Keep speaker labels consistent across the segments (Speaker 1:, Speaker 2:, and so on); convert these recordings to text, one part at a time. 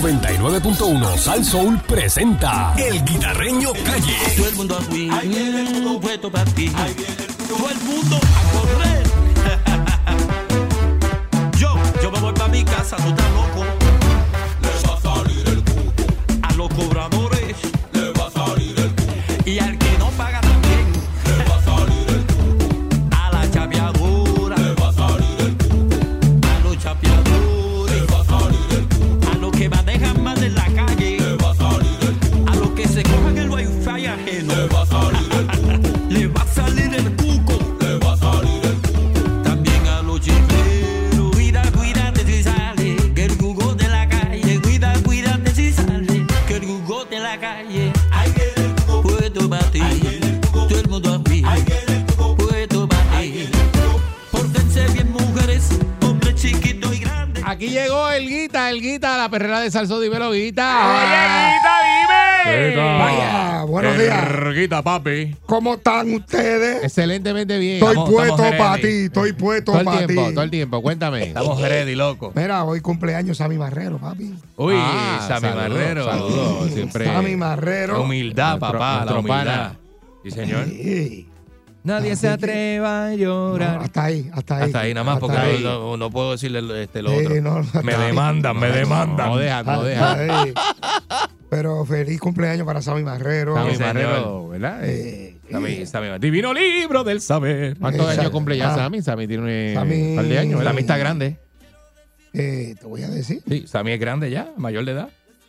Speaker 1: 99.1 Sal Soul presenta El Guitarreño Calle.
Speaker 2: Todo el mundo a huir. Ahí viene el puto puesto para ti. Ahí viene el puto. Todo el mundo a correr. yo, yo me voy para mi casa, tú estás loco.
Speaker 3: Le va a salir el cuco,
Speaker 2: A los cobradores
Speaker 3: le va a salir el cuco,
Speaker 2: y al que no paga también.
Speaker 3: le va a salir el cuco,
Speaker 2: A la chapeadora,
Speaker 3: le va a salir el cuco,
Speaker 2: a los
Speaker 3: le
Speaker 2: chapeadores,
Speaker 3: va a salir el cuco,
Speaker 2: a los que manejan más en la calle,
Speaker 3: le va a salir el cuco,
Speaker 2: a los que se cojan el wifi ajeno.
Speaker 3: le va a salir el cuco,
Speaker 2: Le va a salir el cuco.
Speaker 3: le va a salir el cuco,
Speaker 2: También a los chifleros. Cuida, cuídate si sale, que el jugo de la calle. Cuida, cuídate si sale, que el jugo de la calle.
Speaker 3: ahí viene el cuco,
Speaker 2: Puedo batir, todo el mundo a mí.
Speaker 3: ahí viene el cuco,
Speaker 2: Puedo batir. Pórtense bien, mujeres, hombres chiquitos y grandes.
Speaker 4: Aquí llegó el Guita, el Guita, la perrera de Salso Dímelo,
Speaker 5: Oye,
Speaker 4: Guita.
Speaker 5: Guita, dime.
Speaker 4: Vaya,
Speaker 6: buenos días.
Speaker 4: Guita, papi.
Speaker 6: ¿Cómo están ustedes?
Speaker 4: Excelentemente bien.
Speaker 6: Estoy
Speaker 4: Estamos-
Speaker 6: puesto
Speaker 5: estamos
Speaker 6: para
Speaker 5: ready.
Speaker 6: ti, estoy puesto
Speaker 4: todo el
Speaker 6: para ti.
Speaker 4: tiempo, todo el tiempo. Cuéntame.
Speaker 5: Estamos ready, loco.
Speaker 6: Mira, hoy cumpleaños Sammy Marrero, papi.
Speaker 5: Uy,
Speaker 4: Ah,
Speaker 5: Sammy
Speaker 4: saludos,
Speaker 5: Marrero.
Speaker 4: Saludos, siempre.
Speaker 6: Sammy
Speaker 5: La
Speaker 6: Marrero.
Speaker 5: humildad,
Speaker 4: Nuestro-
Speaker 5: papá, la
Speaker 4: nuestro
Speaker 5: humildad.
Speaker 4: pana.
Speaker 5: Sí, señor.
Speaker 6: Sí.
Speaker 5: Nadie se atreva a
Speaker 6: No,
Speaker 5: llorar.
Speaker 6: hasta ahí, hasta ahí.
Speaker 5: Hasta ahí nada más,
Speaker 6: Hasta
Speaker 5: porque
Speaker 6: ahí.
Speaker 5: no, no puedo decirle lo- este, lo
Speaker 6: Sí,
Speaker 5: otro.
Speaker 6: no, hasta
Speaker 5: me
Speaker 6: ahí.
Speaker 5: demandan, me demandan.
Speaker 4: No deja, no
Speaker 6: Hasta
Speaker 4: deja.
Speaker 6: ahí. Pero feliz cumpleaños para Sammy Marrero. Eh,
Speaker 4: Sammy
Speaker 5: Sí, señor.
Speaker 4: Marrero, ¿verdad? Eh,
Speaker 5: Sammy, Sammy, divino libro del saber.
Speaker 4: ¿Cuántos
Speaker 6: Exacto.
Speaker 4: años cumple ya
Speaker 6: Ah.
Speaker 4: Sammy? Sammy tiene un
Speaker 6: Sammy-
Speaker 4: par de años, ¿verdad?
Speaker 5: Sammy está grande.
Speaker 6: Eh, te voy a decir.
Speaker 5: Sí, Sammy es grande ya, mayor de edad.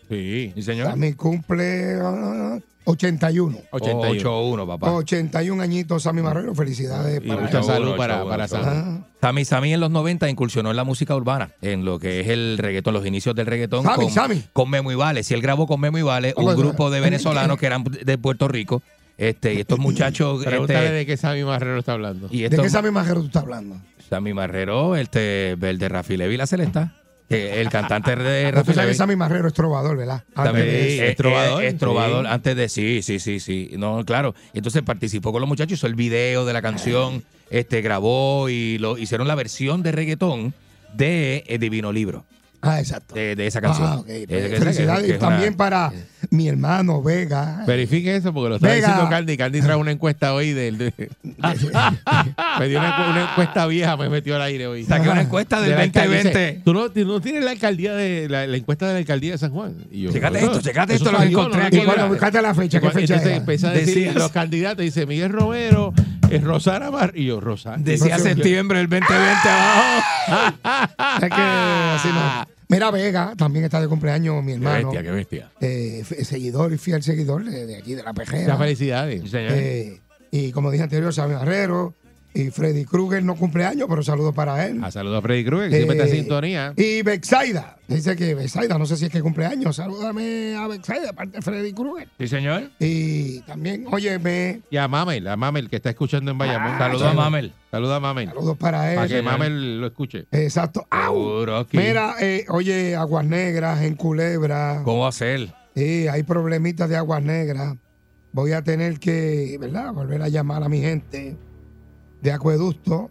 Speaker 4: Sí.
Speaker 5: Sí, señor.
Speaker 6: Sammy cumple ah, 81.
Speaker 4: 81.
Speaker 5: 81, papá.
Speaker 6: 81 añitos, Sammy Marrero. Felicidades
Speaker 5: Y
Speaker 6: para
Speaker 4: mucha
Speaker 6: él.
Speaker 5: Ocho,
Speaker 4: salud
Speaker 5: ocho,
Speaker 4: para,
Speaker 5: ocho,
Speaker 4: para
Speaker 5: ocho.
Speaker 4: Sammy.
Speaker 6: Ah.
Speaker 5: Sammy, Sammy en los 90 incursionó en la música urbana, en lo que es el reggaetón, los inicios del reggaetón
Speaker 6: Sammy,
Speaker 5: con,
Speaker 6: Sammy.
Speaker 5: con Memo y Vale. Si él grabó con Memo y Vale,
Speaker 6: Ah,
Speaker 5: un
Speaker 6: bueno.
Speaker 5: grupo de venezolanos que eran de Puerto Rico, este, y estos muchachos,
Speaker 4: Pregúntale
Speaker 5: este,
Speaker 4: de qué Sammy Marrero está hablando.
Speaker 5: y
Speaker 6: ¿De
Speaker 5: estos
Speaker 6: qué Sammy Marrero tú estás hablando?
Speaker 5: Sammy Marrero, este, el de Rafi Levi la Celesta, eh, el cantante de
Speaker 6: Pero
Speaker 5: Rafi
Speaker 6: tú sabes
Speaker 5: Levi.
Speaker 6: que Sammy Marrero es trovador, ¿verdad? Antes
Speaker 5: También
Speaker 6: de eso.
Speaker 5: es,
Speaker 4: es
Speaker 6: eh,
Speaker 4: trovador,
Speaker 5: es- es trovador.
Speaker 4: sí.
Speaker 5: Antes de sí, sí, sí, sí. No, claro. Entonces participó con los muchachos, hizo el video de la canción, este, grabó y lo hicieron la versión de reggaetón de eh, Divino Libro,
Speaker 6: Ah, exacto.
Speaker 5: de, de esa canción.
Speaker 6: Ah, ok.
Speaker 5: Eh, que- que-
Speaker 6: Felicidades
Speaker 5: que es una-
Speaker 6: también para mi hermano Vega.
Speaker 4: Verifique eso porque lo está
Speaker 6: Vega.
Speaker 4: diciendo Candy. Candy trae una encuesta hoy del. de- me dio una, encu- una encuesta vieja, me metió al aire hoy.
Speaker 5: Saqué una encuesta del
Speaker 4: De la alcaldía,
Speaker 5: 2020.
Speaker 4: dice, ¿Tú, no, tú no tienes la alcaldía de la, la encuesta de la alcaldía de San Juan. Y yo,
Speaker 5: Checate
Speaker 4: "Eso-
Speaker 5: esto, checate
Speaker 4: eso
Speaker 5: esto, lo Este que
Speaker 4: salió,
Speaker 5: encontré
Speaker 4: no,
Speaker 5: aquí".
Speaker 4: no,
Speaker 6: Y cuando
Speaker 4: no, no".
Speaker 6: buscaste la fecha, ¿qué fecha
Speaker 4: Entonces
Speaker 6: era?
Speaker 4: empecé a decir
Speaker 5: Decías-
Speaker 4: los candidatos, dice Miguel Romero, es Rosana Mar y yo, Rosana.
Speaker 5: Decía
Speaker 6: Entonces, yo-
Speaker 5: septiembre del 2020 abajo.
Speaker 6: Es que así no. Mira, Vega también está de cumpleaños mi
Speaker 5: Ah. Qué
Speaker 6: hermano.
Speaker 5: bestia, qué bestia.
Speaker 6: Eh, f- seguidor y fiel seguidor de, de aquí, de la
Speaker 4: Muchas
Speaker 6: pejera.
Speaker 4: felicidades.
Speaker 6: Eh, y como dije anterior, Sammy Marrero y Freddy Krueger no cumpleaños, pero saludos para él.
Speaker 4: A Ah, saludo a Freddy Krueger, que siempre está en
Speaker 6: Eh,
Speaker 4: sintonía.
Speaker 6: Y Bexaida. Dice que Bexaida, no sé si es que cumpleaños. Salúdame a Bexaida, aparte de Freddy Krueger.
Speaker 5: Sí, señor.
Speaker 6: Y también, óyeme,
Speaker 4: Y a Mamel, a Mamel que está escuchando
Speaker 5: Ah,
Speaker 4: en
Speaker 6: ah,
Speaker 4: Bayamón.
Speaker 5: Saludos pues, a Mamel.
Speaker 4: Saludos a Mamel.
Speaker 6: saludos para él.
Speaker 4: Para que
Speaker 5: señor.
Speaker 4: Mamel lo escuche.
Speaker 6: Exacto. ¡Au!
Speaker 5: Seguro aquí.
Speaker 6: Mira, eh, oye, aguas negras en Culebra.
Speaker 5: ¿Cómo va a ser?
Speaker 6: Sí, hay problemitas de aguas negras. Voy a tener que, ¿verdad? Volver a llamar a mi gente de acueducto.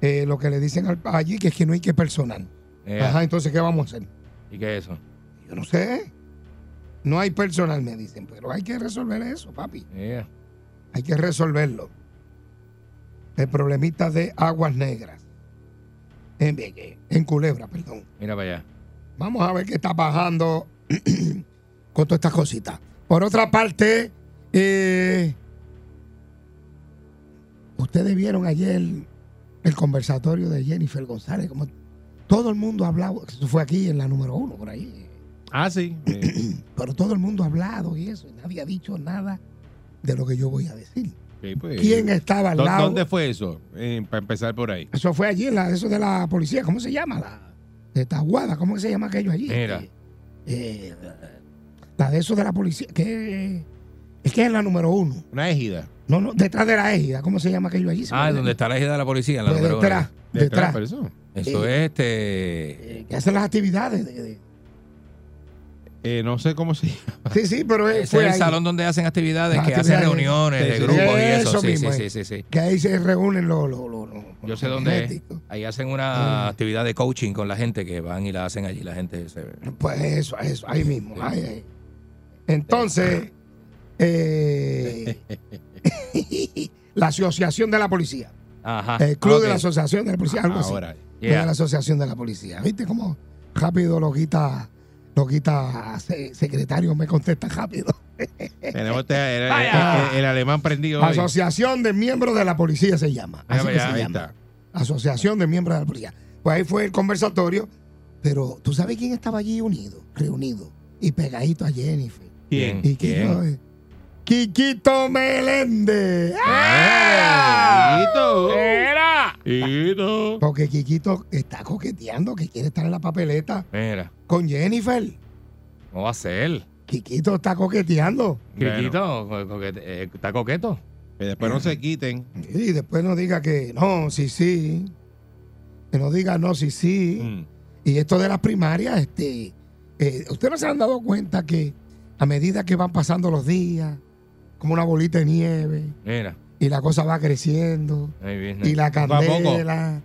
Speaker 6: Eh, lo que le dicen al- allí que es que no hay que personal.
Speaker 5: Eh,
Speaker 6: Ajá, entonces, ¿qué vamos a hacer?
Speaker 5: ¿Y qué es eso?
Speaker 6: Yo no sé. No hay personal, me dicen, pero hay que resolver eso, papi.
Speaker 5: Eh,
Speaker 6: Hay que resolverlo. El problemita de aguas negras. En, en Culebra, perdón.
Speaker 5: mira para allá.
Speaker 6: Vamos a ver qué está bajando con todas estas cositas. Por otra parte, eh, ustedes vieron ayer el conversatorio de Jennifer González, como todo el mundo ha hablado, eso fue aquí en la número uno, por ahí,
Speaker 4: Ah, sí. Eh,
Speaker 6: pero todo el mundo ha hablado y eso, y nadie ha dicho nada de lo que yo voy a decir.
Speaker 4: sí, pues.
Speaker 6: ¿Quién estaba al
Speaker 4: ¿Dó-
Speaker 6: lado?
Speaker 4: ¿Dónde fue eso? Eh, para empezar por ahí.
Speaker 6: Eso fue allí, en la, eso de la policía, ¿cómo se llama? La, de Taguada, ¿cómo que se llama aquello allí?
Speaker 5: Mira.
Speaker 6: Eh, eh, la de eso de la policía, que es que es la número uno.
Speaker 4: Una égida.
Speaker 6: No, no, detrás de la égida, ¿cómo se llama aquello allí? Se me
Speaker 5: Ah, es
Speaker 6: olvidó.
Speaker 5: donde está la ejida de la policía, en la
Speaker 6: Pues
Speaker 5: número uno.
Speaker 6: detrás, detrás,
Speaker 4: por eso.
Speaker 5: Eso es este.
Speaker 6: eh, que hacen las actividades. de- de-
Speaker 4: Eh, no sé cómo se llama.
Speaker 6: Sí, sí, pero eh,
Speaker 5: Ese
Speaker 6: fue
Speaker 5: es el
Speaker 6: ahí,
Speaker 5: salón donde hacen actividades,
Speaker 6: Las
Speaker 5: que hacen
Speaker 6: actividades.
Speaker 5: reuniones
Speaker 4: Sí,
Speaker 5: de
Speaker 4: sí.
Speaker 5: grupos y eso.
Speaker 6: Eso
Speaker 5: Sí,
Speaker 6: mismo
Speaker 5: sí, sí,
Speaker 6: es.
Speaker 5: sí, sí.
Speaker 6: que ahí se reúnen los, los, los- los-
Speaker 5: Yo sé dónde es.
Speaker 6: Atlético.
Speaker 5: Ahí hacen una actividad de coaching con la gente que van y la hacen allí. La gente se ve.
Speaker 6: Pues eso, eso, ahí mismo. ahí, ahí. Entonces, eh, la Asociación de la Policía.
Speaker 5: Ajá.
Speaker 6: El Club
Speaker 4: Ah, ok. Ah,
Speaker 6: de la Asociación de la Policía, algo así.
Speaker 4: Ahora,
Speaker 6: Club
Speaker 5: Yeah.
Speaker 6: de la Asociación de la Policía. ¿Viste cómo rápido lo quita, lo quita se- secretario? Me contesta rápido.
Speaker 4: tenemos este- el, el-
Speaker 6: Vaya.
Speaker 4: el- el alemán prendido. hoy.
Speaker 6: Asociación de Miembros de la Policía se llama.
Speaker 5: Mira
Speaker 6: Así
Speaker 5: para
Speaker 6: que
Speaker 5: allá,
Speaker 6: se
Speaker 4: Ahí
Speaker 6: llama.
Speaker 4: está.
Speaker 6: Asociación de Miembros de la Policía. Pues ahí fue el conversatorio, pero ¿tú sabes quién estaba allí unido, reunido y pegadito a Jennifer?
Speaker 5: Bien.
Speaker 6: Y Kiko, eh, Kikito Meléndez.
Speaker 5: Eh,
Speaker 6: ¡Ah!
Speaker 4: Higuito.
Speaker 5: ¡Era!
Speaker 4: Higuito.
Speaker 6: Porque Kikito está coqueteando que quiere estar en la papeleta
Speaker 5: Mira,
Speaker 6: con Jennifer.
Speaker 5: ¿cómo va a ser?
Speaker 6: Kikito está coqueteando.
Speaker 4: Bueno.
Speaker 5: Criquito, co- coquete- eh, ¿está coqueto?
Speaker 4: Que después no se quiten.
Speaker 6: Y después no diga que no, sí, sí. Que no diga no, sí, sí.
Speaker 5: Mm.
Speaker 6: Y esto de las primarias, este, eh, ustedes no se han dado cuenta que a medida que van pasando los días, como una bolita de nieve,
Speaker 5: Mira,
Speaker 6: y la cosa va creciendo,
Speaker 5: ahí viene.
Speaker 6: y la
Speaker 4: Poco a poco.
Speaker 6: candela.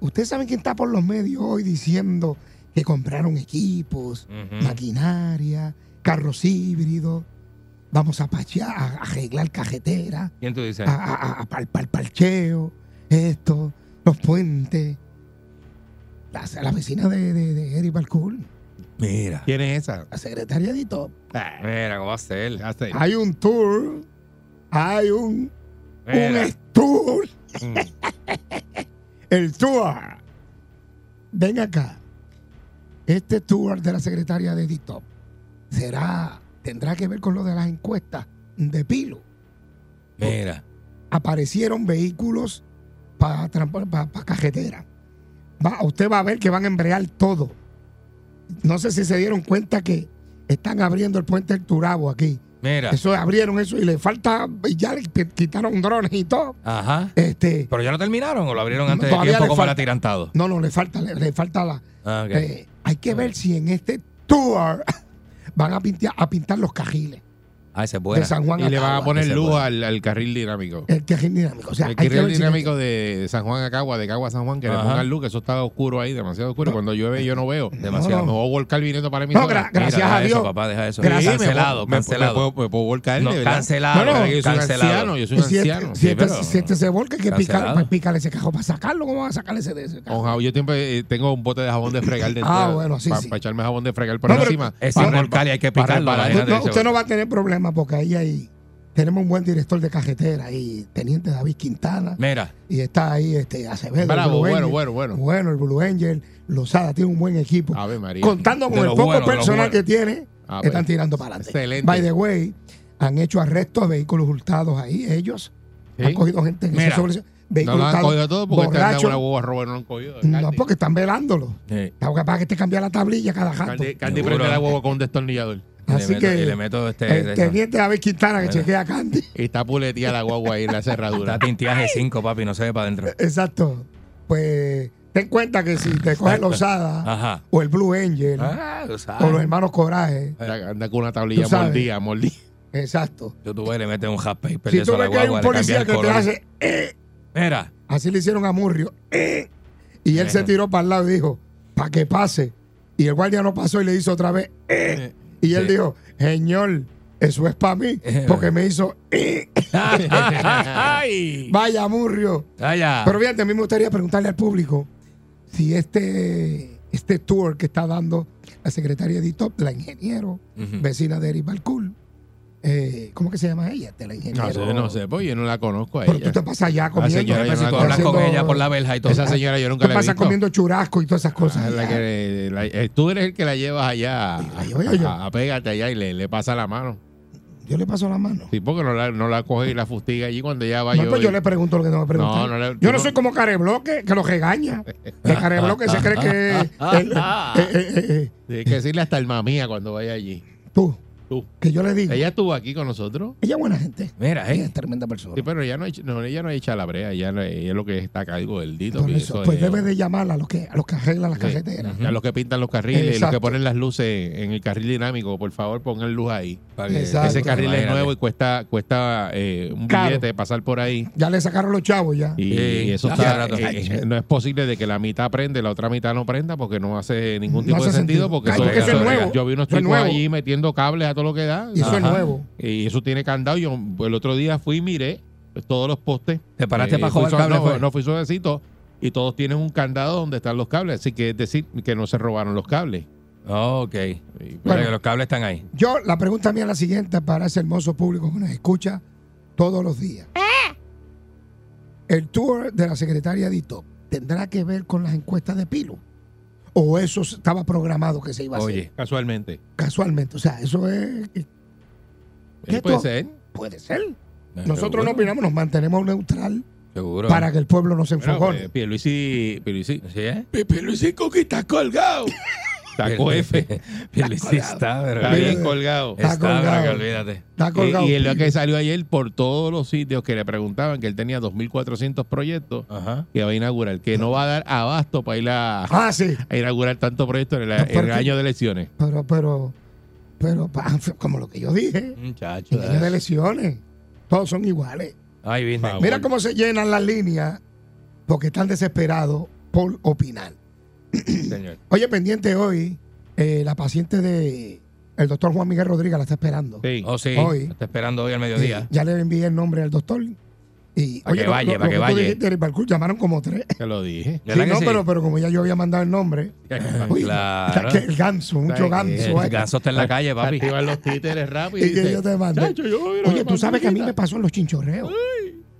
Speaker 6: Ustedes saben quién está por los medios hoy diciendo que compraron equipos,
Speaker 4: Mm.
Speaker 5: Ujú.
Speaker 6: maquinaria, carros híbridos, vamos a pachear, a arreglar carreteras,
Speaker 5: ¿Quién tú dices?
Speaker 6: a, a- a- a pal- pal- parcheo, esto, los puentes. La, la vecina de, de, de Eric Balcour,
Speaker 5: Mira.
Speaker 4: ¿Quién es esa?
Speaker 6: la secretaria de Top.
Speaker 4: Ah,
Speaker 5: Mira, ¿cómo va a ser?
Speaker 4: ya sé.
Speaker 6: Hay un tour, hay un,
Speaker 5: Mira.
Speaker 6: un tour,
Speaker 5: Mm.
Speaker 6: el tour. Ven acá. Este tour de la secretaria de Top será, tendrá que ver con lo de las encuestas de Pilo.
Speaker 5: Mira.
Speaker 6: aparecieron vehículos para para carretera. Va, usted va a ver que van a embrear todo. No sé si se dieron cuenta que están abriendo el puente del Turabo aquí.
Speaker 5: Mira.
Speaker 6: Eso abrieron eso y le falta y ya le qui- quitaron drones y todo.
Speaker 5: Ajá.
Speaker 6: Este,
Speaker 5: ¿Pero ya lo terminaron o lo abrieron antes de
Speaker 6: Todavía
Speaker 5: tiempo
Speaker 6: le
Speaker 5: como el
Speaker 6: falta.
Speaker 5: atirantado?
Speaker 6: no, no le falta le, le falta la
Speaker 5: Ah, ok.
Speaker 6: eh, hay que ver si en este tour van a pintar a pintar los cajiles
Speaker 5: ah, esa es
Speaker 6: de
Speaker 5: buena.
Speaker 6: San Juan
Speaker 4: Y le
Speaker 6: Cagua.
Speaker 4: van a poner
Speaker 5: Ese
Speaker 4: luz
Speaker 5: puede.
Speaker 4: al, al carril dinámico.
Speaker 6: el carril dinámico, Eh, o sea,
Speaker 4: el
Speaker 6: hay que
Speaker 4: carril
Speaker 6: ver si- este
Speaker 4: dinámico de San Juan a Cagua, de Cagua a San Juan, que le
Speaker 5: Ajá.
Speaker 4: pongan luz, que eso está oscuro ahí, demasiado oscuro. Cuando llueve yo no veo.
Speaker 5: Demasiado.
Speaker 4: Me voy a volcar viniendo para mi
Speaker 6: No,
Speaker 4: zona.
Speaker 6: gra- gra- gracias
Speaker 5: deja
Speaker 6: a
Speaker 5: eso,
Speaker 6: Dios.
Speaker 5: papá, deja eso.
Speaker 4: Sí, me puedo-
Speaker 5: cancelado,
Speaker 4: me- Me,
Speaker 5: cancelado.
Speaker 4: puedo, me puedo volcar,
Speaker 5: No,
Speaker 4: de verdad. No,
Speaker 5: cancelado,
Speaker 4: no, yo soy
Speaker 5: cancelado.
Speaker 4: un anciano, yo soy un
Speaker 6: si
Speaker 4: anciano.
Speaker 6: este, si
Speaker 5: sí,
Speaker 6: este-
Speaker 5: pero-
Speaker 6: si este se volca, hay que picar,
Speaker 5: Cancelado.
Speaker 6: pues pícale ese cajón para sacarlo. ¿Cómo van a sacar ese de ese
Speaker 4: Con
Speaker 6: cajón?
Speaker 4: jabón, yo siempre eh, tengo un bote de jabón de fregar de
Speaker 6: Ah, bueno, sí,
Speaker 4: Para
Speaker 6: sí.
Speaker 4: echarme jabón de fregar por
Speaker 6: No, pero- eh,
Speaker 4: encima.
Speaker 5: Es
Speaker 4: Pa-
Speaker 5: sin volcar y hay que
Speaker 4: para
Speaker 5: picarlo.
Speaker 4: reparar.
Speaker 5: la
Speaker 6: No,
Speaker 5: gente
Speaker 6: no,
Speaker 5: dice,
Speaker 6: usted no va a tener problema porque ahí hay, tenemos un buen director de cajetera y teniente David Quintana.
Speaker 5: Mira,
Speaker 6: Y está ahí este Acevedo. el
Speaker 4: Bravo,
Speaker 6: Blue
Speaker 4: bueno,
Speaker 6: Angel.
Speaker 4: bueno, bueno.
Speaker 6: Bueno, el Blue Angel, Lozada, tiene un buen equipo.
Speaker 4: Ave María.
Speaker 6: Contando
Speaker 5: De
Speaker 6: con el
Speaker 5: los
Speaker 6: poco
Speaker 5: buenos, de los
Speaker 6: personal
Speaker 5: buenos.
Speaker 6: que tiene,
Speaker 4: Ah, pues,
Speaker 6: están tirando para adelante.
Speaker 4: excelente.
Speaker 6: By the way, han hecho arrestos de vehículos hurtados ahí, ellos.
Speaker 4: Sí.
Speaker 6: Han cogido gente en
Speaker 5: Mira,
Speaker 6: ese sobre-
Speaker 4: No
Speaker 6: vehículo
Speaker 4: lo han
Speaker 6: hurtado,
Speaker 4: cogido todo porque te han dado
Speaker 6: borracho.
Speaker 4: una boba roba, no lo han cogido.
Speaker 6: No,
Speaker 4: Candy.
Speaker 6: porque están velándolo.
Speaker 5: eh,
Speaker 6: Lo que pasa es que te cambia la tablilla cada rato.
Speaker 4: Candy, Candy
Speaker 5: Seguro.
Speaker 4: prende la huevo con un destornillador.
Speaker 5: y le
Speaker 6: Así
Speaker 5: meto-
Speaker 6: que
Speaker 5: y le meto este.
Speaker 6: el
Speaker 5: de-
Speaker 6: teniente David Quintana que
Speaker 5: Bueno.
Speaker 6: chequea a Candy.
Speaker 4: Y está puletía la guagua ahí en la cerradura.
Speaker 5: Está tintiaje 5, papi, no se ve para adentro.
Speaker 6: Exacto. Pues ten cuenta que si te coges la osada
Speaker 5: Ajá.
Speaker 6: o el Blue Angel
Speaker 5: Ah,
Speaker 6: o
Speaker 5: tú
Speaker 6: los
Speaker 5: sabes.
Speaker 6: hermanos Coraje,
Speaker 4: Anda anda con una tablilla
Speaker 6: Tú sabes.
Speaker 4: mordida, mordida.
Speaker 6: exacto.
Speaker 5: Yo tuve le metes un half paper de
Speaker 6: Si
Speaker 5: eso
Speaker 6: tú
Speaker 5: a la
Speaker 6: ves que hay
Speaker 5: guagua,
Speaker 6: un
Speaker 5: le cambia
Speaker 6: policía
Speaker 5: el
Speaker 6: que te
Speaker 5: color.
Speaker 6: hace, eh,
Speaker 5: Mira,
Speaker 6: así le hicieron a Murrio, eh, y él se tiró para el lado y dijo, para que pase. Y el guardia no pasó y le hizo otra vez, eh, y él
Speaker 5: Sí.
Speaker 6: dijo, señor, eso es para mí, porque me hizo, eh.
Speaker 5: ¡Ay!
Speaker 6: vaya Murrio.
Speaker 4: Ah.
Speaker 5: ¡Vaya!
Speaker 6: Pero fíjate, a mí me gustaría preguntarle al público si este, este tour que está dando la secretaria de Top, la ingeniero,
Speaker 5: Ujú.
Speaker 6: vecina de Eric Balcour, eh, ¿cómo que se llama ella? De la ingeniero.
Speaker 4: No sé, no sé, pues yo no la conozco a
Speaker 6: Pero
Speaker 4: ella.
Speaker 6: tú te pasas allá comiendo.
Speaker 4: señora,
Speaker 5: Pero si tú
Speaker 4: Haciendo-
Speaker 5: hablas con ella por la verja y todo.
Speaker 4: Esa señora yo nunca
Speaker 6: Te
Speaker 4: la he
Speaker 6: pasas
Speaker 4: visto.
Speaker 6: comiendo churrasco y todas esas cosas.
Speaker 4: Ah, la
Speaker 6: allá.
Speaker 4: que- la- eh, tú eres el que la llevas allá.
Speaker 6: La llevo yo, yo.
Speaker 4: A, a- pégate allá y le, le pasa la mano.
Speaker 6: Yo le paso la mano.
Speaker 4: Sí, porque no la, no la coge y la fustiga allí cuando ella va
Speaker 6: No,
Speaker 4: yo.
Speaker 6: pues yo le pregunto lo que tengo que preguntar.
Speaker 4: no le-
Speaker 6: yo
Speaker 4: tú
Speaker 6: no
Speaker 4: no-
Speaker 6: soy como Carebloque, que lo regaña. Que Carebloque se cree que... eh, eh, eh, eh, eh,
Speaker 4: Tienes que decirle hasta el mamía cuando vaya allí.
Speaker 6: tú,
Speaker 4: Tú.
Speaker 6: que yo le digo. Ella,
Speaker 4: Ella estuvo aquí con nosotros.
Speaker 6: es buena gente.
Speaker 5: Mira,
Speaker 6: Ella
Speaker 5: eh.
Speaker 6: es tremenda persona.
Speaker 4: Sí, pero ella no, echa- no, ella no echa la brea, ella, no- ella es lo que está a cargo del dito.
Speaker 6: Por
Speaker 4: que
Speaker 6: eso,
Speaker 4: eso
Speaker 6: pues
Speaker 4: es-
Speaker 6: debe de llamar a los que, a los que arreglan las
Speaker 4: Sí.
Speaker 6: carreteras.
Speaker 4: Ujú. A los que pintan los carriles, los
Speaker 6: Exacto.
Speaker 4: que ponen las luces en el carril dinámico, por favor pongan luz ahí.
Speaker 6: Exacto.
Speaker 4: Ese carril
Speaker 5: Imagínate.
Speaker 4: es nuevo y cuesta, cuesta eh, un
Speaker 6: Caro.
Speaker 4: billete pasar por ahí.
Speaker 6: Ya le sacaron los chavos ya.
Speaker 4: Y,
Speaker 5: Sí.
Speaker 4: y eso
Speaker 5: Ya,
Speaker 4: está,
Speaker 5: rato.
Speaker 4: eh, eh, no es posible de que la mitad prende, la otra mitad no prenda, porque no hace ningún
Speaker 6: No
Speaker 4: tipo de
Speaker 6: hace
Speaker 4: sentido.
Speaker 6: sentido.
Speaker 4: Porque
Speaker 5: Ay, porque eso es nuevo.
Speaker 4: Yo vi unos
Speaker 6: Eso es
Speaker 4: chicos
Speaker 6: nuevo.
Speaker 4: allí metiendo cables a todo lo que da.
Speaker 6: Y eso es
Speaker 5: Ajá.
Speaker 6: nuevo.
Speaker 4: Y eso tiene candado. Yo el otro día fui y miré pues, todos los postes. Eh,
Speaker 5: Te paraste para
Speaker 4: fui
Speaker 5: jugar
Speaker 4: suave-
Speaker 5: cable. pues.
Speaker 4: No,
Speaker 5: fue.
Speaker 4: no fui suavecito. Y todos tienen un candado donde están los cables. Así que es decir que no se robaron los cables.
Speaker 5: Oh, ok.
Speaker 4: Y- pues,
Speaker 5: Bueno,
Speaker 6: Bueno.
Speaker 5: que los cables están ahí.
Speaker 6: Yo, la pregunta mía es la siguiente para ese hermoso público que nos escucha todos los días. ¿El tour de la secretaria Dito tendrá que ver con las encuestas de Pilo? ¿O eso estaba programado que se iba a hacer?
Speaker 5: Oye.
Speaker 4: Casualmente.
Speaker 6: Casualmente, o sea, eso es,
Speaker 4: Eh,
Speaker 6: ¿Qué
Speaker 4: puede
Speaker 6: tú-
Speaker 4: ser.
Speaker 6: puede ser.
Speaker 5: Eh,
Speaker 6: Nosotros no
Speaker 5: seguro,
Speaker 6: opinamos, nos mantenemos neutral
Speaker 5: Seguro.
Speaker 6: para que el pueblo no se
Speaker 4: Bueno,
Speaker 6: enfogone.
Speaker 4: eh, Pierluisi, Pierluisi,
Speaker 5: ¿Sí, eh?
Speaker 4: Pierluisi Coqui está colgado. Sacó F.
Speaker 5: Pierluisi está, pero
Speaker 4: Está bien
Speaker 6: Mira,
Speaker 4: colgado.
Speaker 5: Está,
Speaker 6: Está colgado.
Speaker 5: pero que olvídate.
Speaker 6: Está colgado.
Speaker 4: Eh, Y, y el
Speaker 6: Pilo.
Speaker 4: que salió ayer por todos los sitios que le preguntaban que él tenía 2.400 proyectos
Speaker 5: Ajá.
Speaker 4: que va a inaugurar, que no va a dar abasto para ir a,
Speaker 6: Ah, sí.
Speaker 4: a inaugurar tanto proyecto en el,
Speaker 6: No,
Speaker 4: en el
Speaker 6: porque-
Speaker 4: año de elecciones.
Speaker 6: Pero, pero, pero, pa- como lo que yo dije,
Speaker 5: Muchacho.
Speaker 6: en año de elecciones, todos son iguales.
Speaker 5: Ay, viste.
Speaker 4: Vamos.
Speaker 6: Mira cómo se llenan las líneas porque están desesperados por opinar.
Speaker 5: Señor.
Speaker 6: Oye, pendiente hoy, eh, la paciente de el doctor Juan Miguel Rodríguez la está esperando.
Speaker 4: Sí.
Speaker 5: Oh, sí.
Speaker 6: Hoy.
Speaker 5: Está esperando hoy al
Speaker 6: Eh,
Speaker 5: mediodía.
Speaker 6: ya le envié el nombre al doctor. Y,
Speaker 5: Pa' que
Speaker 6: lo-
Speaker 5: vaya,
Speaker 6: lo-
Speaker 5: pa'
Speaker 6: lo
Speaker 5: que
Speaker 6: tú
Speaker 5: vaya.
Speaker 6: dijiste, Eric Balcour, llamaron como tres.
Speaker 4: Te lo dije.
Speaker 5: ¿Verdad
Speaker 6: Sí,
Speaker 5: que
Speaker 6: no,
Speaker 5: sí? Ah,
Speaker 6: pero, pero como ya yo había mandado el nombre. uy,
Speaker 5: Claro.
Speaker 6: que el ganso, mucho
Speaker 4: Está
Speaker 6: ganso.
Speaker 4: bien.
Speaker 5: El
Speaker 6: eh.
Speaker 5: ganso está en la calle, papi.
Speaker 4: Activan los títeres rápido.
Speaker 6: Y que yo te mandé.
Speaker 4: "Chacho, yo voy a ir a
Speaker 6: Oye,
Speaker 4: ver
Speaker 6: tú sabes que a mí me
Speaker 4: Manzanita".
Speaker 6: pasó en los chinchorreos.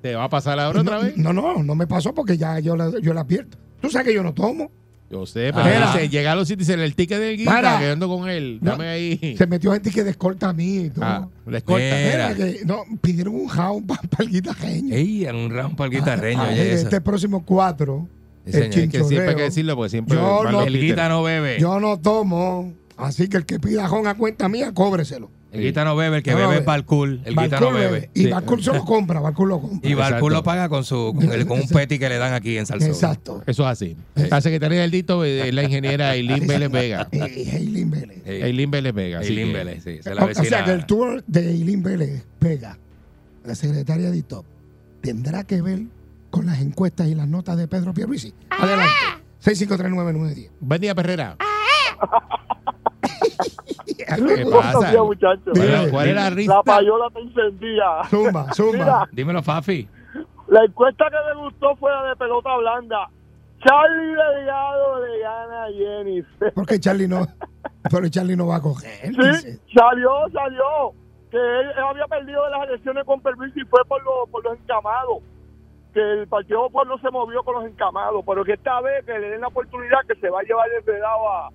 Speaker 4: ¿Te va a pasar ahora otra
Speaker 6: No,
Speaker 4: vez?
Speaker 6: No, no, no me pasó porque ya yo la, yo la pierdo. Tú sabes que yo no tomo.
Speaker 4: Yo sé, pero
Speaker 6: Mira.
Speaker 4: dice, llega a los sitios y dice, el ticket del guita,
Speaker 6: Para.
Speaker 4: que yo ando con él.
Speaker 6: No.
Speaker 4: Dame ahí.
Speaker 6: Se metió gente que descorta a mí y todo.
Speaker 4: Ah, la escolta.
Speaker 5: Eh.
Speaker 6: Era
Speaker 5: Era.
Speaker 6: que no, pidieron un jaun para el guitarreño.
Speaker 5: Ey, en un round para el guitarreño.
Speaker 6: Ah,
Speaker 5: oye,
Speaker 6: mire,
Speaker 5: esa.
Speaker 6: este próximo cuatro, el
Speaker 5: Sí, señor, que
Speaker 4: Es que siempre hay que
Speaker 6: chinchorreo,
Speaker 4: decirlo porque siempre
Speaker 6: Yo
Speaker 4: van
Speaker 6: no-
Speaker 4: los
Speaker 5: el
Speaker 4: títeres.
Speaker 5: guita no bebe.
Speaker 6: yo no tomo. Así que el que pida jón a cuenta mía, cóbreselo.
Speaker 5: El guita no bebe. El que
Speaker 6: No, no
Speaker 5: bebe
Speaker 6: bebe.
Speaker 5: es Balcool. El guita no
Speaker 6: Balcool
Speaker 5: bebe.
Speaker 6: bebe. Y
Speaker 4: Sí.
Speaker 6: Balcool se lo compra, Balcool lo compra.
Speaker 5: Y Balcool
Speaker 4: Exacto.
Speaker 5: lo paga con su con, el- con un peti que le dan aquí en Salsón.
Speaker 6: Exacto.
Speaker 4: Eso es así.
Speaker 6: Eh.
Speaker 4: La secretaria del Dito es la ingeniera Eileen Vélez Vega.
Speaker 6: Y Eileen Vélez.
Speaker 5: Ey,
Speaker 4: Eileen Vélez Vega. así
Speaker 5: Eileen
Speaker 4: que-
Speaker 5: Vélez, sí. Se la
Speaker 6: O, o
Speaker 5: vecina.
Speaker 6: sea que el tour de Eileen Vélez Vega, la secretaria de Top, tendrá que ver con las encuestas y las notas de Pedro Pierluisi. Adelante.
Speaker 7: Ah.
Speaker 6: 6539910.
Speaker 4: Buen día, Perrera.
Speaker 6: Ah,
Speaker 4: ¿Qué
Speaker 6: Zumba,
Speaker 4: pasa?
Speaker 7: Buenos días, muchachos.
Speaker 4: Bueno, ¿Cuál es la risa?
Speaker 7: La payola te encendía.
Speaker 6: Zumba, zumba.
Speaker 7: Mira.
Speaker 5: Dímelo, Fafi.
Speaker 7: La encuesta que me gustó fue la de pelota blanda. Charlie Delgado le gana a Jenny.
Speaker 6: Porque Charlie no, pero Charlie no va a coger.
Speaker 7: Sí,
Speaker 6: dice.
Speaker 7: salió, salió. Que él, él había perdido las elecciones con permiso y fue por, los- por los encamados. Que el Partido Popular no se movió con los encamados. Pero que esta vez que le den la oportunidad que se va a llevar el pedado a,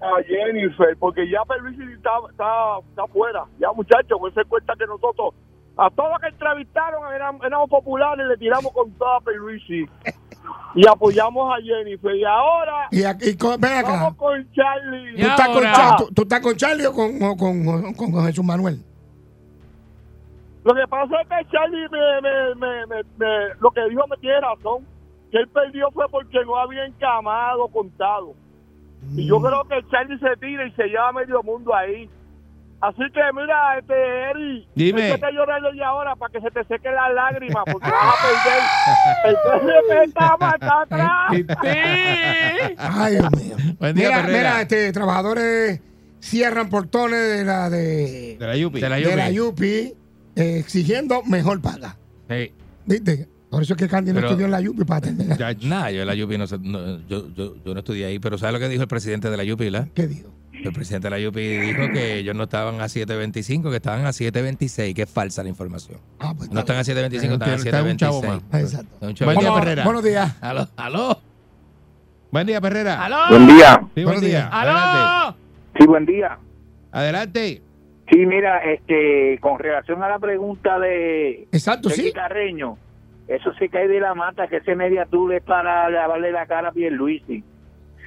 Speaker 7: a Jennifer. Porque ya Permisi está, está, está fuera. Ya, muchachos, con esa cuenta que nosotros. A todos los que entrevistaron eran, eran populares, le tiramos con toda a Pierluisi y apoyamos a Jennifer. Y ahora
Speaker 6: Y aquí, co- ven acá.
Speaker 7: vamos con Charlie.
Speaker 6: ¿Tú estás, con
Speaker 5: ahora?
Speaker 6: Char- tú- tú estás con Charlie o con, o con- o con Jesús Manuel?
Speaker 7: Lo que pasa es que Charlie me, me, me, me- me- lo que dijo me tiene razón. Que él perdió fue porque no había encamado contado. Y yo creo que Charlie se tira y se lleva medio mundo ahí. Así que mira, este Eri,
Speaker 4: Dime.
Speaker 7: Estoy llorando ya ahora para que se te seque la lágrima porque vas a perder. El PSP está más atrás.
Speaker 6: Ay, Dios mío.
Speaker 4: Buen día,
Speaker 6: mira,
Speaker 4: Perrera.
Speaker 6: mira, este, trabajadores cierran portones de la de,
Speaker 4: De la Yupi.
Speaker 5: De la
Speaker 6: de la
Speaker 5: Yupi.
Speaker 6: Yupi eh, exigiendo mejor paga.
Speaker 5: Ey,
Speaker 6: ¿Viste? Por eso es que Candy
Speaker 5: Pero-
Speaker 6: no estudió en la Yupi para atender.
Speaker 4: Chacho.
Speaker 5: Nah, yo en la Yupi no, sé- no, yo, yo, yo no estudié ahí, pero ¿sabes lo que dijo el presidente de la Yupi? la?
Speaker 6: ¿Qué digo?
Speaker 5: El presidente de la Yupi dijo que ellos no estaban a 7.25, que estaban a 7.26, que es falsa la información.
Speaker 6: Ah, pues,
Speaker 5: No están a 7.25, están a
Speaker 4: Está un chavo más.
Speaker 5: 7.26.
Speaker 6: Ah, Exacto.
Speaker 5: Está un
Speaker 4: Buen día,
Speaker 6: Vamos,
Speaker 5: chaval.
Speaker 4: Perrera.
Speaker 6: Buenos días.
Speaker 5: Aló, aló.
Speaker 4: Buen día, Perrera.
Speaker 8: Buen día.
Speaker 4: Sí, buen
Speaker 6: Buenos días.
Speaker 4: día. Adelante.
Speaker 8: Sí, buen día.
Speaker 4: Adelante.
Speaker 8: Sí, mira, este, con relación a la pregunta de
Speaker 6: Exacto,
Speaker 8: del
Speaker 6: sí.
Speaker 8: Guitarreño, eso se cae de la mata, que ese media tú es para lavarle la cara a Pierluisi.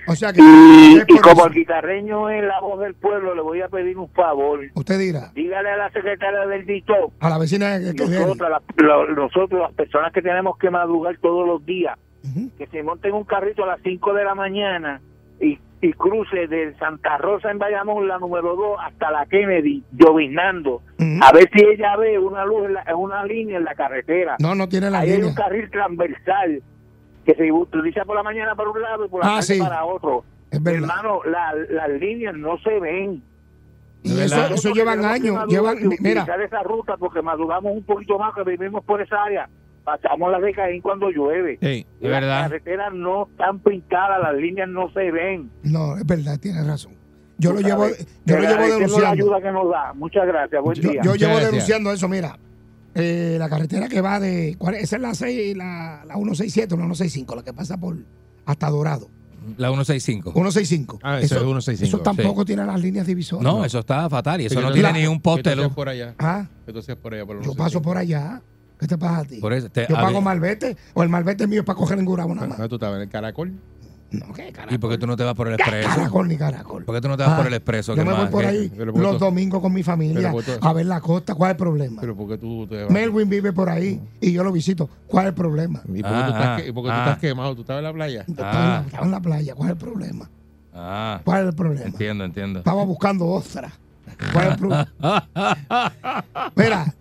Speaker 6: O sea que.
Speaker 8: Y,
Speaker 6: es
Speaker 8: y
Speaker 6: por
Speaker 8: como el
Speaker 6: eso.
Speaker 8: guitarreño es la voz del pueblo, le voy a pedir un favor.
Speaker 6: Usted dirá,
Speaker 8: Dígale a la secretaria del distrito
Speaker 6: a la vecina que que viene.
Speaker 8: nosotros, la- la- nosotros, las personas que tenemos que madrugar todos los días,
Speaker 6: Ujú.
Speaker 8: que se monten un carrito a las 5 de la mañana y, y cruce de Santa Rosa en Bayamón, la número 2, hasta la Kennedy, lloviznando,
Speaker 6: Ujú.
Speaker 8: a ver si ella ve una luz, en la- en una línea en la carretera.
Speaker 6: No, no tiene la
Speaker 8: Ahí hay
Speaker 6: línea.
Speaker 8: un carril transversal que se utiliza por la mañana para un lado y por la
Speaker 6: Ah,
Speaker 8: tarde
Speaker 6: sí.
Speaker 8: para otro.
Speaker 6: Es verdad.
Speaker 8: Hermano, la- las líneas no se ven.
Speaker 6: Y
Speaker 4: Es
Speaker 6: eso,
Speaker 4: verdad.
Speaker 6: eso llevan
Speaker 8: Tenemos que
Speaker 6: años.
Speaker 8: madrugar
Speaker 6: Llevan,
Speaker 8: y
Speaker 6: mira,
Speaker 8: utilizar esa ruta porque madrugamos un poquito más que vivimos por esa área. Pasamos la de Caín cuando llueve.
Speaker 4: Sí.
Speaker 5: Es
Speaker 8: Las
Speaker 5: verdad.
Speaker 8: carreteras no están pintadas, las líneas no se ven.
Speaker 6: no, es verdad, tiene razón. Yo
Speaker 8: Tú
Speaker 6: lo llevo,
Speaker 8: sabes.
Speaker 6: yo lo
Speaker 8: Te
Speaker 6: llevo
Speaker 8: agradecemos la
Speaker 6: denunciando.
Speaker 8: ayuda que nos da. Muchas gracias. Buen
Speaker 6: Yo,
Speaker 8: día.
Speaker 6: yo llevo
Speaker 4: gracias.
Speaker 6: denunciando eso, mira. Eh, la carretera que va de. ¿cuál es? Esa es la, 6, la, la 167, la 165, la que pasa por hasta Dorado.
Speaker 5: La 165.
Speaker 6: 165.
Speaker 4: Ah, eso es 165,
Speaker 6: Eso tampoco tiene las líneas divisorias.
Speaker 5: No, eso está fatal y eso
Speaker 4: Que
Speaker 5: no
Speaker 4: tú
Speaker 5: tiene
Speaker 4: seas-
Speaker 5: ni un
Speaker 4: que
Speaker 5: poste
Speaker 4: tú seas
Speaker 5: luz.
Speaker 4: por allá.
Speaker 6: Ah,
Speaker 4: Que tú seas por allá. Por los
Speaker 6: yo paso
Speaker 4: 165.
Speaker 6: por allá. ¿Qué te pasa a ti?
Speaker 5: Por eso, te-
Speaker 6: yo
Speaker 5: a
Speaker 6: pago
Speaker 5: ver,
Speaker 6: malvete o el malvete mío es para coger en Gurabo nada más.
Speaker 4: Ah, tú estabas en el caracol.
Speaker 6: No, ¿qué
Speaker 5: ¿Y por qué tú no te vas por el expreso?
Speaker 6: Caracol ni caracol.
Speaker 5: ¿Por qué tú no te vas
Speaker 6: Ah,
Speaker 5: por el
Speaker 6: Yo
Speaker 5: expreso? que
Speaker 6: me voy
Speaker 5: más-
Speaker 6: por
Speaker 5: que-
Speaker 6: ahí
Speaker 4: pero por
Speaker 6: los
Speaker 4: todo-
Speaker 6: domingos con mi
Speaker 4: pero
Speaker 6: familia
Speaker 4: por todo-
Speaker 6: a ver la costa. ¿Cuál es el problema?
Speaker 4: Pero porque tú te vas.
Speaker 6: Melwin vive por ahí y yo lo visito. ¿Cuál es el problema?
Speaker 4: ¿Y por qué
Speaker 5: Ah,
Speaker 4: tú, estás,
Speaker 5: ah,
Speaker 4: que- y por qué tú
Speaker 5: ah.
Speaker 4: estás quemado? ¿Tú estabas en la playa?
Speaker 5: Ah.
Speaker 6: Estaba en la- estaba en la playa. ¿Cuál es el problema?
Speaker 5: Ah,
Speaker 6: ¿Cuál es el problema?
Speaker 5: entiendo, entiendo.
Speaker 6: Estaba buscando ostras. ¿Cuál es el problema? Mira,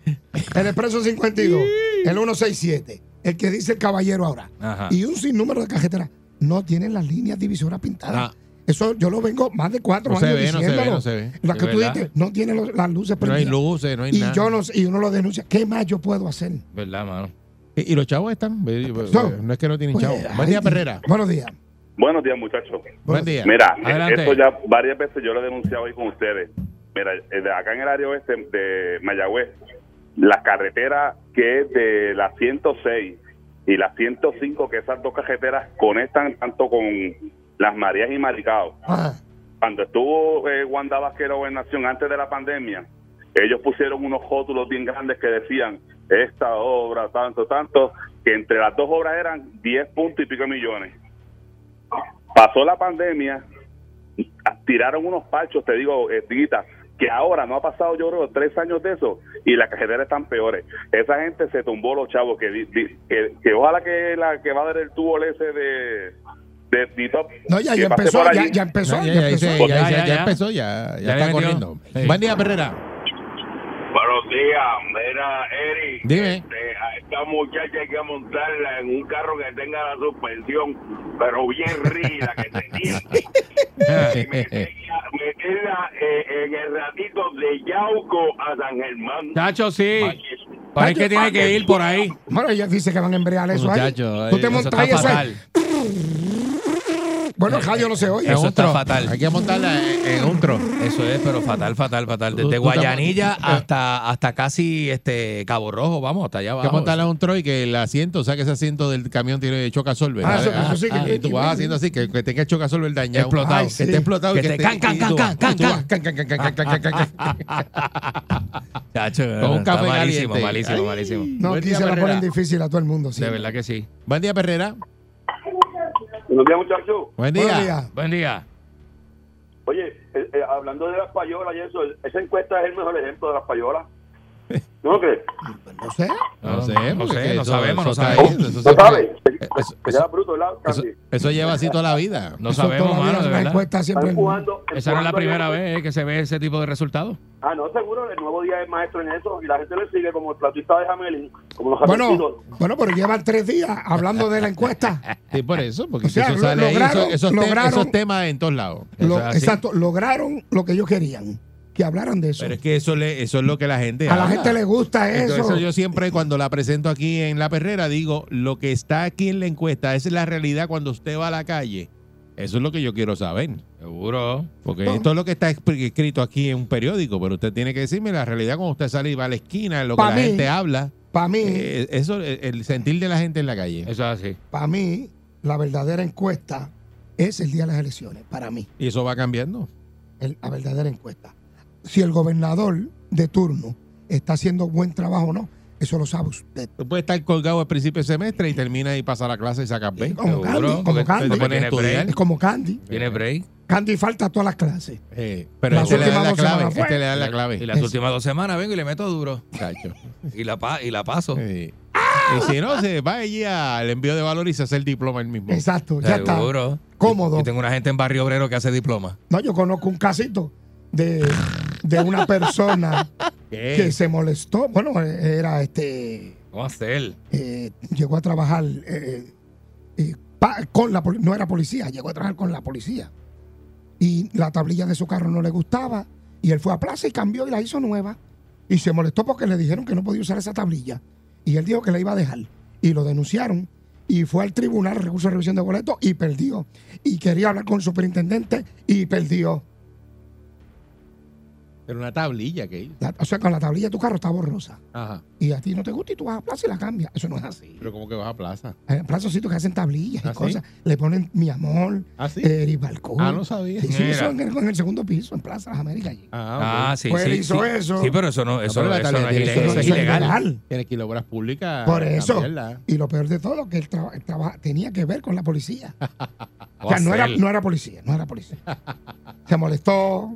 Speaker 6: el expreso 52, el 167, el que dice el caballero ahora,
Speaker 5: Ajá.
Speaker 6: y un sinnúmero de carreteras no tienen las líneas divisoras pintadas.
Speaker 4: Ah.
Speaker 6: Eso yo lo vengo más de cuatro
Speaker 4: No se
Speaker 6: años
Speaker 4: ve, no se ve,
Speaker 6: diciéndolo.
Speaker 4: no se ve.
Speaker 6: La
Speaker 5: Es
Speaker 6: que tú
Speaker 5: verdad.
Speaker 6: dices, no tiene los- las luces
Speaker 4: No hay
Speaker 6: prendidas.
Speaker 4: luces, no hay
Speaker 6: y
Speaker 4: nada.
Speaker 6: yo no sé- y uno lo denuncia. ¿Qué más yo puedo hacer?
Speaker 5: ¿Verdad, mano?
Speaker 4: Y, y los chavos están. ve- ve-
Speaker 6: No.
Speaker 4: ve- No es que no tienen
Speaker 6: Pues,
Speaker 4: chavos.
Speaker 6: ay,
Speaker 4: Buen día,
Speaker 6: Dios.
Speaker 4: Perrera.
Speaker 6: Buenos días.
Speaker 9: Buenos días, muchachos.
Speaker 4: Buen día.
Speaker 9: Mira,
Speaker 5: Adelante.
Speaker 9: esto ya varias veces yo lo he denunciado hoy con ustedes. Mira, eh, de acá en el área oeste de Mayagüez, la carretera que es de la 106 y la 105, que esas dos carreteras conectan tanto con Las Marías y Maricao.
Speaker 6: Ah,
Speaker 9: Cuando estuvo eh, Wanda Vázquez en la gobernación antes de la pandemia, ellos pusieron unos rótulos bien grandes que decían esta obra, tanto, tanto, que entre las dos obras eran 10 puntos y pico millones. Pasó la pandemia, tiraron unos parchos, te digo, eh, Tiguita, que ahora no ha pasado yo creo tres años de eso y las carreteras están peores. Esa gente se tumbó los chavos, que, di- di- que, que ojalá que la que va a dar el tubo el ese de... De, Tito,
Speaker 6: no, ya,
Speaker 9: que
Speaker 6: ya
Speaker 9: pase
Speaker 6: empezó,
Speaker 9: por
Speaker 6: ya,
Speaker 9: allí.
Speaker 6: ya empezó,
Speaker 4: No,
Speaker 6: ya,
Speaker 4: ya, ya,
Speaker 6: empezó.
Speaker 4: dice-
Speaker 5: Pues
Speaker 4: ya,
Speaker 5: ya,
Speaker 4: dice- ya
Speaker 5: ya, ya.
Speaker 4: empezó, ya, ya
Speaker 5: Ya le
Speaker 4: está
Speaker 5: metió.
Speaker 4: corriendo.
Speaker 5: Sí.
Speaker 4: Buen día, Perrera.
Speaker 9: Buenos días, mira, Eric.
Speaker 4: Dime.
Speaker 9: este, a esta muchacha hay que montarla en un carro que tenga la suspensión, pero bien rígida, que se tiente. Y meterla, meterla, eh, en el ratito de Yauco a San Germán.
Speaker 5: Chacho, sí.
Speaker 9: Para
Speaker 5: Parece que tiene que ir por ahí.
Speaker 6: Bueno, ellos dicen que van a embrear eso
Speaker 4: Muchacho,
Speaker 6: ahí.
Speaker 4: eh,
Speaker 6: Tú te
Speaker 4: eso
Speaker 6: montas
Speaker 5: Está
Speaker 6: ahí esa.
Speaker 5: fatal.
Speaker 6: Bueno, el radio no se oye.
Speaker 5: Eso
Speaker 4: En un
Speaker 5: está
Speaker 4: tro.
Speaker 5: fatal.
Speaker 4: Hay que montarla en, en un tro.
Speaker 5: Eso es, pero fatal, fatal, fatal.
Speaker 4: Tú-
Speaker 5: Desde
Speaker 4: tú te- Eh.
Speaker 5: Guayanilla hasta, hasta casi este Cabo Rojo, vamos, hasta allá
Speaker 4: Hay que
Speaker 5: abajo.
Speaker 4: montarla en un tro y que el asiento, o sea, que ese asiento del camión tiene chocasolver.
Speaker 6: Ah, eso- eso sí que-
Speaker 4: y tú vas haciendo así, que, que tenga el chocasolver dañado.
Speaker 5: Explotado.
Speaker 4: Ay, Que esté explotado. y
Speaker 5: Que
Speaker 4: esté-
Speaker 5: esté can,
Speaker 4: y
Speaker 5: can,
Speaker 4: tú
Speaker 5: can,
Speaker 4: vas-
Speaker 5: can,
Speaker 4: y tú
Speaker 5: can,
Speaker 4: vas, can, can, can, can, can, can, can, can.
Speaker 5: Chacho,
Speaker 4: Con un
Speaker 5: está
Speaker 4: café
Speaker 5: malísimo,
Speaker 4: caliente.
Speaker 5: malísimo,
Speaker 4: Ay.
Speaker 5: malísimo.
Speaker 6: No,
Speaker 4: Buen
Speaker 6: aquí
Speaker 4: día,
Speaker 6: se la
Speaker 4: Perrera.
Speaker 6: ponen difícil a todo el mundo. Sí.
Speaker 5: De verdad que sí.
Speaker 4: Buen día, Perrera.
Speaker 9: Buenos días, muchachos.
Speaker 4: Buen
Speaker 6: Buenos
Speaker 4: día.
Speaker 6: días.
Speaker 5: Buen día.
Speaker 9: Oye, eh, eh, hablando de las payolas y eso, esa encuesta es el mejor ejemplo de las payolas. ¿No crees?
Speaker 6: No sé.
Speaker 4: No, sé,
Speaker 5: no
Speaker 4: porque
Speaker 5: sé, no
Speaker 4: eso- eso
Speaker 5: sabemos, no
Speaker 4: está
Speaker 5: sabemos.
Speaker 4: ahí, eso
Speaker 9: ¿No
Speaker 4: siempre-
Speaker 9: sabes?
Speaker 4: eso-
Speaker 9: Ya, bruto, ¿verdad?
Speaker 4: Eso,
Speaker 9: Candy?
Speaker 4: eso lleva así toda la vida.
Speaker 5: No
Speaker 6: Eso
Speaker 5: sabemos,
Speaker 6: todavía
Speaker 5: mano,
Speaker 6: es
Speaker 5: de
Speaker 6: una
Speaker 5: verdad.
Speaker 6: encuesta
Speaker 9: Están
Speaker 6: siempre.
Speaker 9: empujando-
Speaker 5: Esa no es la
Speaker 9: empujando
Speaker 5: primera
Speaker 9: eso.
Speaker 5: vez eh, que se ve ese tipo de resultados.
Speaker 9: Ah, no, seguro, el nuevo día es maestro en eso y la gente le sigue como el platista de Jamelin, como los
Speaker 6: Bueno,
Speaker 9: argentinos.
Speaker 6: bueno, pero llevan tres días hablando de la encuesta.
Speaker 4: Sí, por eso, porque
Speaker 6: O sea,
Speaker 4: eso
Speaker 6: lo-
Speaker 4: sale ahí,
Speaker 6: lograron-
Speaker 4: eso- esos, tem-
Speaker 6: lograron-
Speaker 4: esos temas en todos lados.
Speaker 6: Lo-
Speaker 5: es así.
Speaker 6: exacto, lograron lo que ellos querían, que hablaran de eso.
Speaker 4: Pero es que eso, le, eso es lo que la gente
Speaker 6: a la
Speaker 4: habla.
Speaker 6: gente le gusta eso.
Speaker 4: Entonces, eso yo siempre cuando la presento aquí en La Perrera digo, lo que está aquí en la encuesta, esa es la realidad cuando usted va a la calle. Eso es lo que yo quiero saber.
Speaker 5: Seguro.
Speaker 4: Porque esto es lo que está esp- escrito aquí en un periódico, pero usted tiene que decirme la realidad cuando usted sale y va a la esquina, lo que
Speaker 6: Pa'
Speaker 4: la
Speaker 6: mí.
Speaker 4: gente habla.
Speaker 6: Para mí,
Speaker 4: Eh, eso, eh, el sentir de la gente en la calle.
Speaker 5: Eso es así.
Speaker 6: para mí, la verdadera encuesta es el día de las elecciones. Para mí,
Speaker 4: Y eso va cambiando.
Speaker 6: el- la verdadera encuesta. Si el gobernador de turno está haciendo buen trabajo o no, Eso lo sabe usted.
Speaker 4: Tú puedes estar colgado al principio de semestre y termina y pasa la clase y sacas 20.
Speaker 6: Como
Speaker 5: seguro,
Speaker 6: Candy,
Speaker 5: porque
Speaker 6: como
Speaker 5: esto
Speaker 6: Candy.
Speaker 4: Te
Speaker 5: Porque
Speaker 4: pones a
Speaker 5: tiene
Speaker 4: estudiar.
Speaker 6: Es como Candy.
Speaker 5: Tiene break.
Speaker 6: Candy falta a todas las clases.
Speaker 4: Eh, pero
Speaker 6: Las
Speaker 4: este le da
Speaker 6: últimas
Speaker 4: la
Speaker 6: dos
Speaker 4: clave.
Speaker 6: semanas fue.
Speaker 4: Este le da la clave.
Speaker 5: Y las últimas dos semanas vengo y le meto duro.
Speaker 4: Chacho.
Speaker 5: Y la, pa- y la paso.
Speaker 4: Sí. Y si no, se va allí al envío de valor y se hace el diploma el mismo.
Speaker 6: Exacto, ya está.
Speaker 5: Seguro.
Speaker 6: Cómodo.
Speaker 5: Yo tengo una gente en Barrio Obrero que hace diploma.
Speaker 6: No, yo conozco un casito de, de una persona
Speaker 4: ¿Qué?
Speaker 5: Eh.
Speaker 6: que se molestó. Bueno, era este.
Speaker 5: ¿Cómo hacer?
Speaker 6: eh, llegó a trabajar eh, eh, pa- con la poli- no era policía, llegó a trabajar con la policía. Y la tablilla de su carro no le gustaba. Y él fue a plaza y cambió y la hizo nueva. Y se molestó porque le dijeron que no podía usar esa tablilla. Y él dijo que la iba a dejar. Y lo denunciaron. Y fue al tribunal de recursos de revisión de boletos y perdió. Y quería hablar con el superintendente y perdió.
Speaker 4: Pero una tablilla que hizo.
Speaker 6: La- o sea, con la tablilla de tu carro está borrosa.
Speaker 4: Ajá.
Speaker 6: Y a ti no te gusta y tú vas a plaza y la cambias. Eso no es así.
Speaker 4: Pero como que vas a plaza.
Speaker 6: Hay plazocitos Eh, que hacen tablillas y
Speaker 4: ¿Ah, sí?
Speaker 6: cosas. Le ponen mi amor,
Speaker 4: ¿Ah, sí?
Speaker 6: eh, y balcón.
Speaker 4: Ah, no sabía.
Speaker 6: Sí, sí, eso
Speaker 5: Mira.
Speaker 6: en el, en el segundo piso, en Plaza Las Américas. allí.
Speaker 4: Ah,
Speaker 5: Ah,
Speaker 4: ok. Ah,
Speaker 5: sí,
Speaker 6: Pues
Speaker 5: sí.
Speaker 6: él hizo
Speaker 5: sí.
Speaker 6: eso.
Speaker 5: Sí, pero eso no, eso,
Speaker 4: pero la
Speaker 5: eso no es,
Speaker 4: tarjeta-
Speaker 5: ilegal, eso es
Speaker 4: eso es
Speaker 5: ilegal.
Speaker 4: Tienes que ir a obras públicas.
Speaker 6: Por
Speaker 4: a
Speaker 6: eso.
Speaker 4: cambiarla.
Speaker 6: Y lo peor de todo, que él traba- él traba- tenía que ver con la policía.
Speaker 4: Ah,
Speaker 6: O sea,
Speaker 5: ¿Cómo
Speaker 6: no era,
Speaker 5: hacer?
Speaker 6: no era policía, no era policía. Se molestó.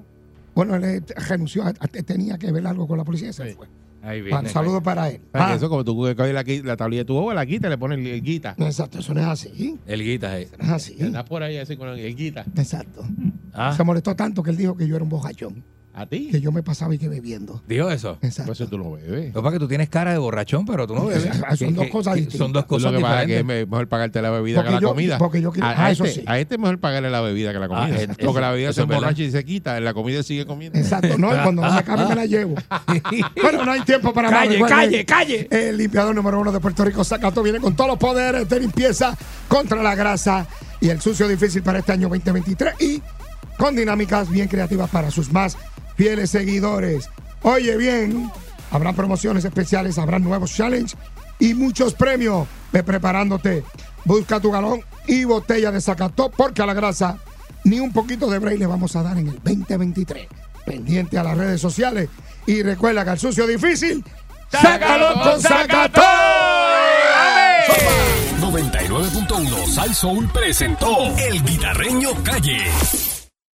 Speaker 6: Bueno, él eh, renunció, a- a- tenía que ver algo con la policía y se
Speaker 4: Sí.
Speaker 6: fue.
Speaker 5: Ahí viene.
Speaker 6: Ah, Un saludo para él.
Speaker 4: Ah, que
Speaker 6: Ah,
Speaker 4: Eso como tú coges la, qui- la tablilla de tu bobo, la quita, le pones el guita.
Speaker 6: Exacto, eso no es así.
Speaker 5: El guita, eh.
Speaker 6: no es así.
Speaker 4: Y Andas por ahí así con el guita.
Speaker 6: Exacto.
Speaker 5: Ah,
Speaker 6: Se molestó tanto que él dijo que yo era un bojachón,
Speaker 4: A ti.
Speaker 6: que yo me pasaba y que bebiendo.
Speaker 5: dijo eso.
Speaker 6: Exacto.
Speaker 4: Pues eso tú lo bebes.
Speaker 5: Lo que pasa es que tú tienes cara de borrachón, pero tú no bebes.
Speaker 6: Son
Speaker 5: Que-
Speaker 6: dos
Speaker 5: que-
Speaker 6: cosas
Speaker 5: que
Speaker 6: distintas.
Speaker 5: Son dos
Speaker 4: lo
Speaker 5: cosas
Speaker 4: que pasa es que es
Speaker 5: diferentes.
Speaker 4: me- mejor pagarte la bebida
Speaker 6: Porque
Speaker 4: que la
Speaker 6: yo-
Speaker 4: comida.
Speaker 6: porque yo quiero-
Speaker 4: a,
Speaker 6: ah,
Speaker 4: a
Speaker 6: eso
Speaker 4: este,
Speaker 6: sí.
Speaker 4: a este es mejor pagarle la bebida que la comida.
Speaker 5: Ah, es-
Speaker 4: porque la bebida
Speaker 5: eso
Speaker 4: se
Speaker 5: es verdad.
Speaker 4: emborracha y se quita, la comida sigue comiendo.
Speaker 6: Exacto, no, y cuando no me acabe me la llevo. Bueno, no hay tiempo para más.
Speaker 5: Calle,
Speaker 6: Recuerden,
Speaker 5: calle, calle.
Speaker 6: El limpiador número uno de Puerto Rico, Zacato, viene con todos los poderes de limpieza contra la grasa y el sucio difícil para este año 2023 y con dinámicas bien creativas para sus más fieles seguidores. Oye, bien, habrán promociones especiales, habrán nuevos challenges y muchos premios de preparándote. Busca tu galón y botella de Zacató porque a la grasa ni un poquito de break le vamos a dar en el 2023. Pendiente a las redes sociales y recuerda que al sucio difícil, sácalo con Zacató.
Speaker 1: 99.1 Sal Soul presentó El Guitarreño Calle.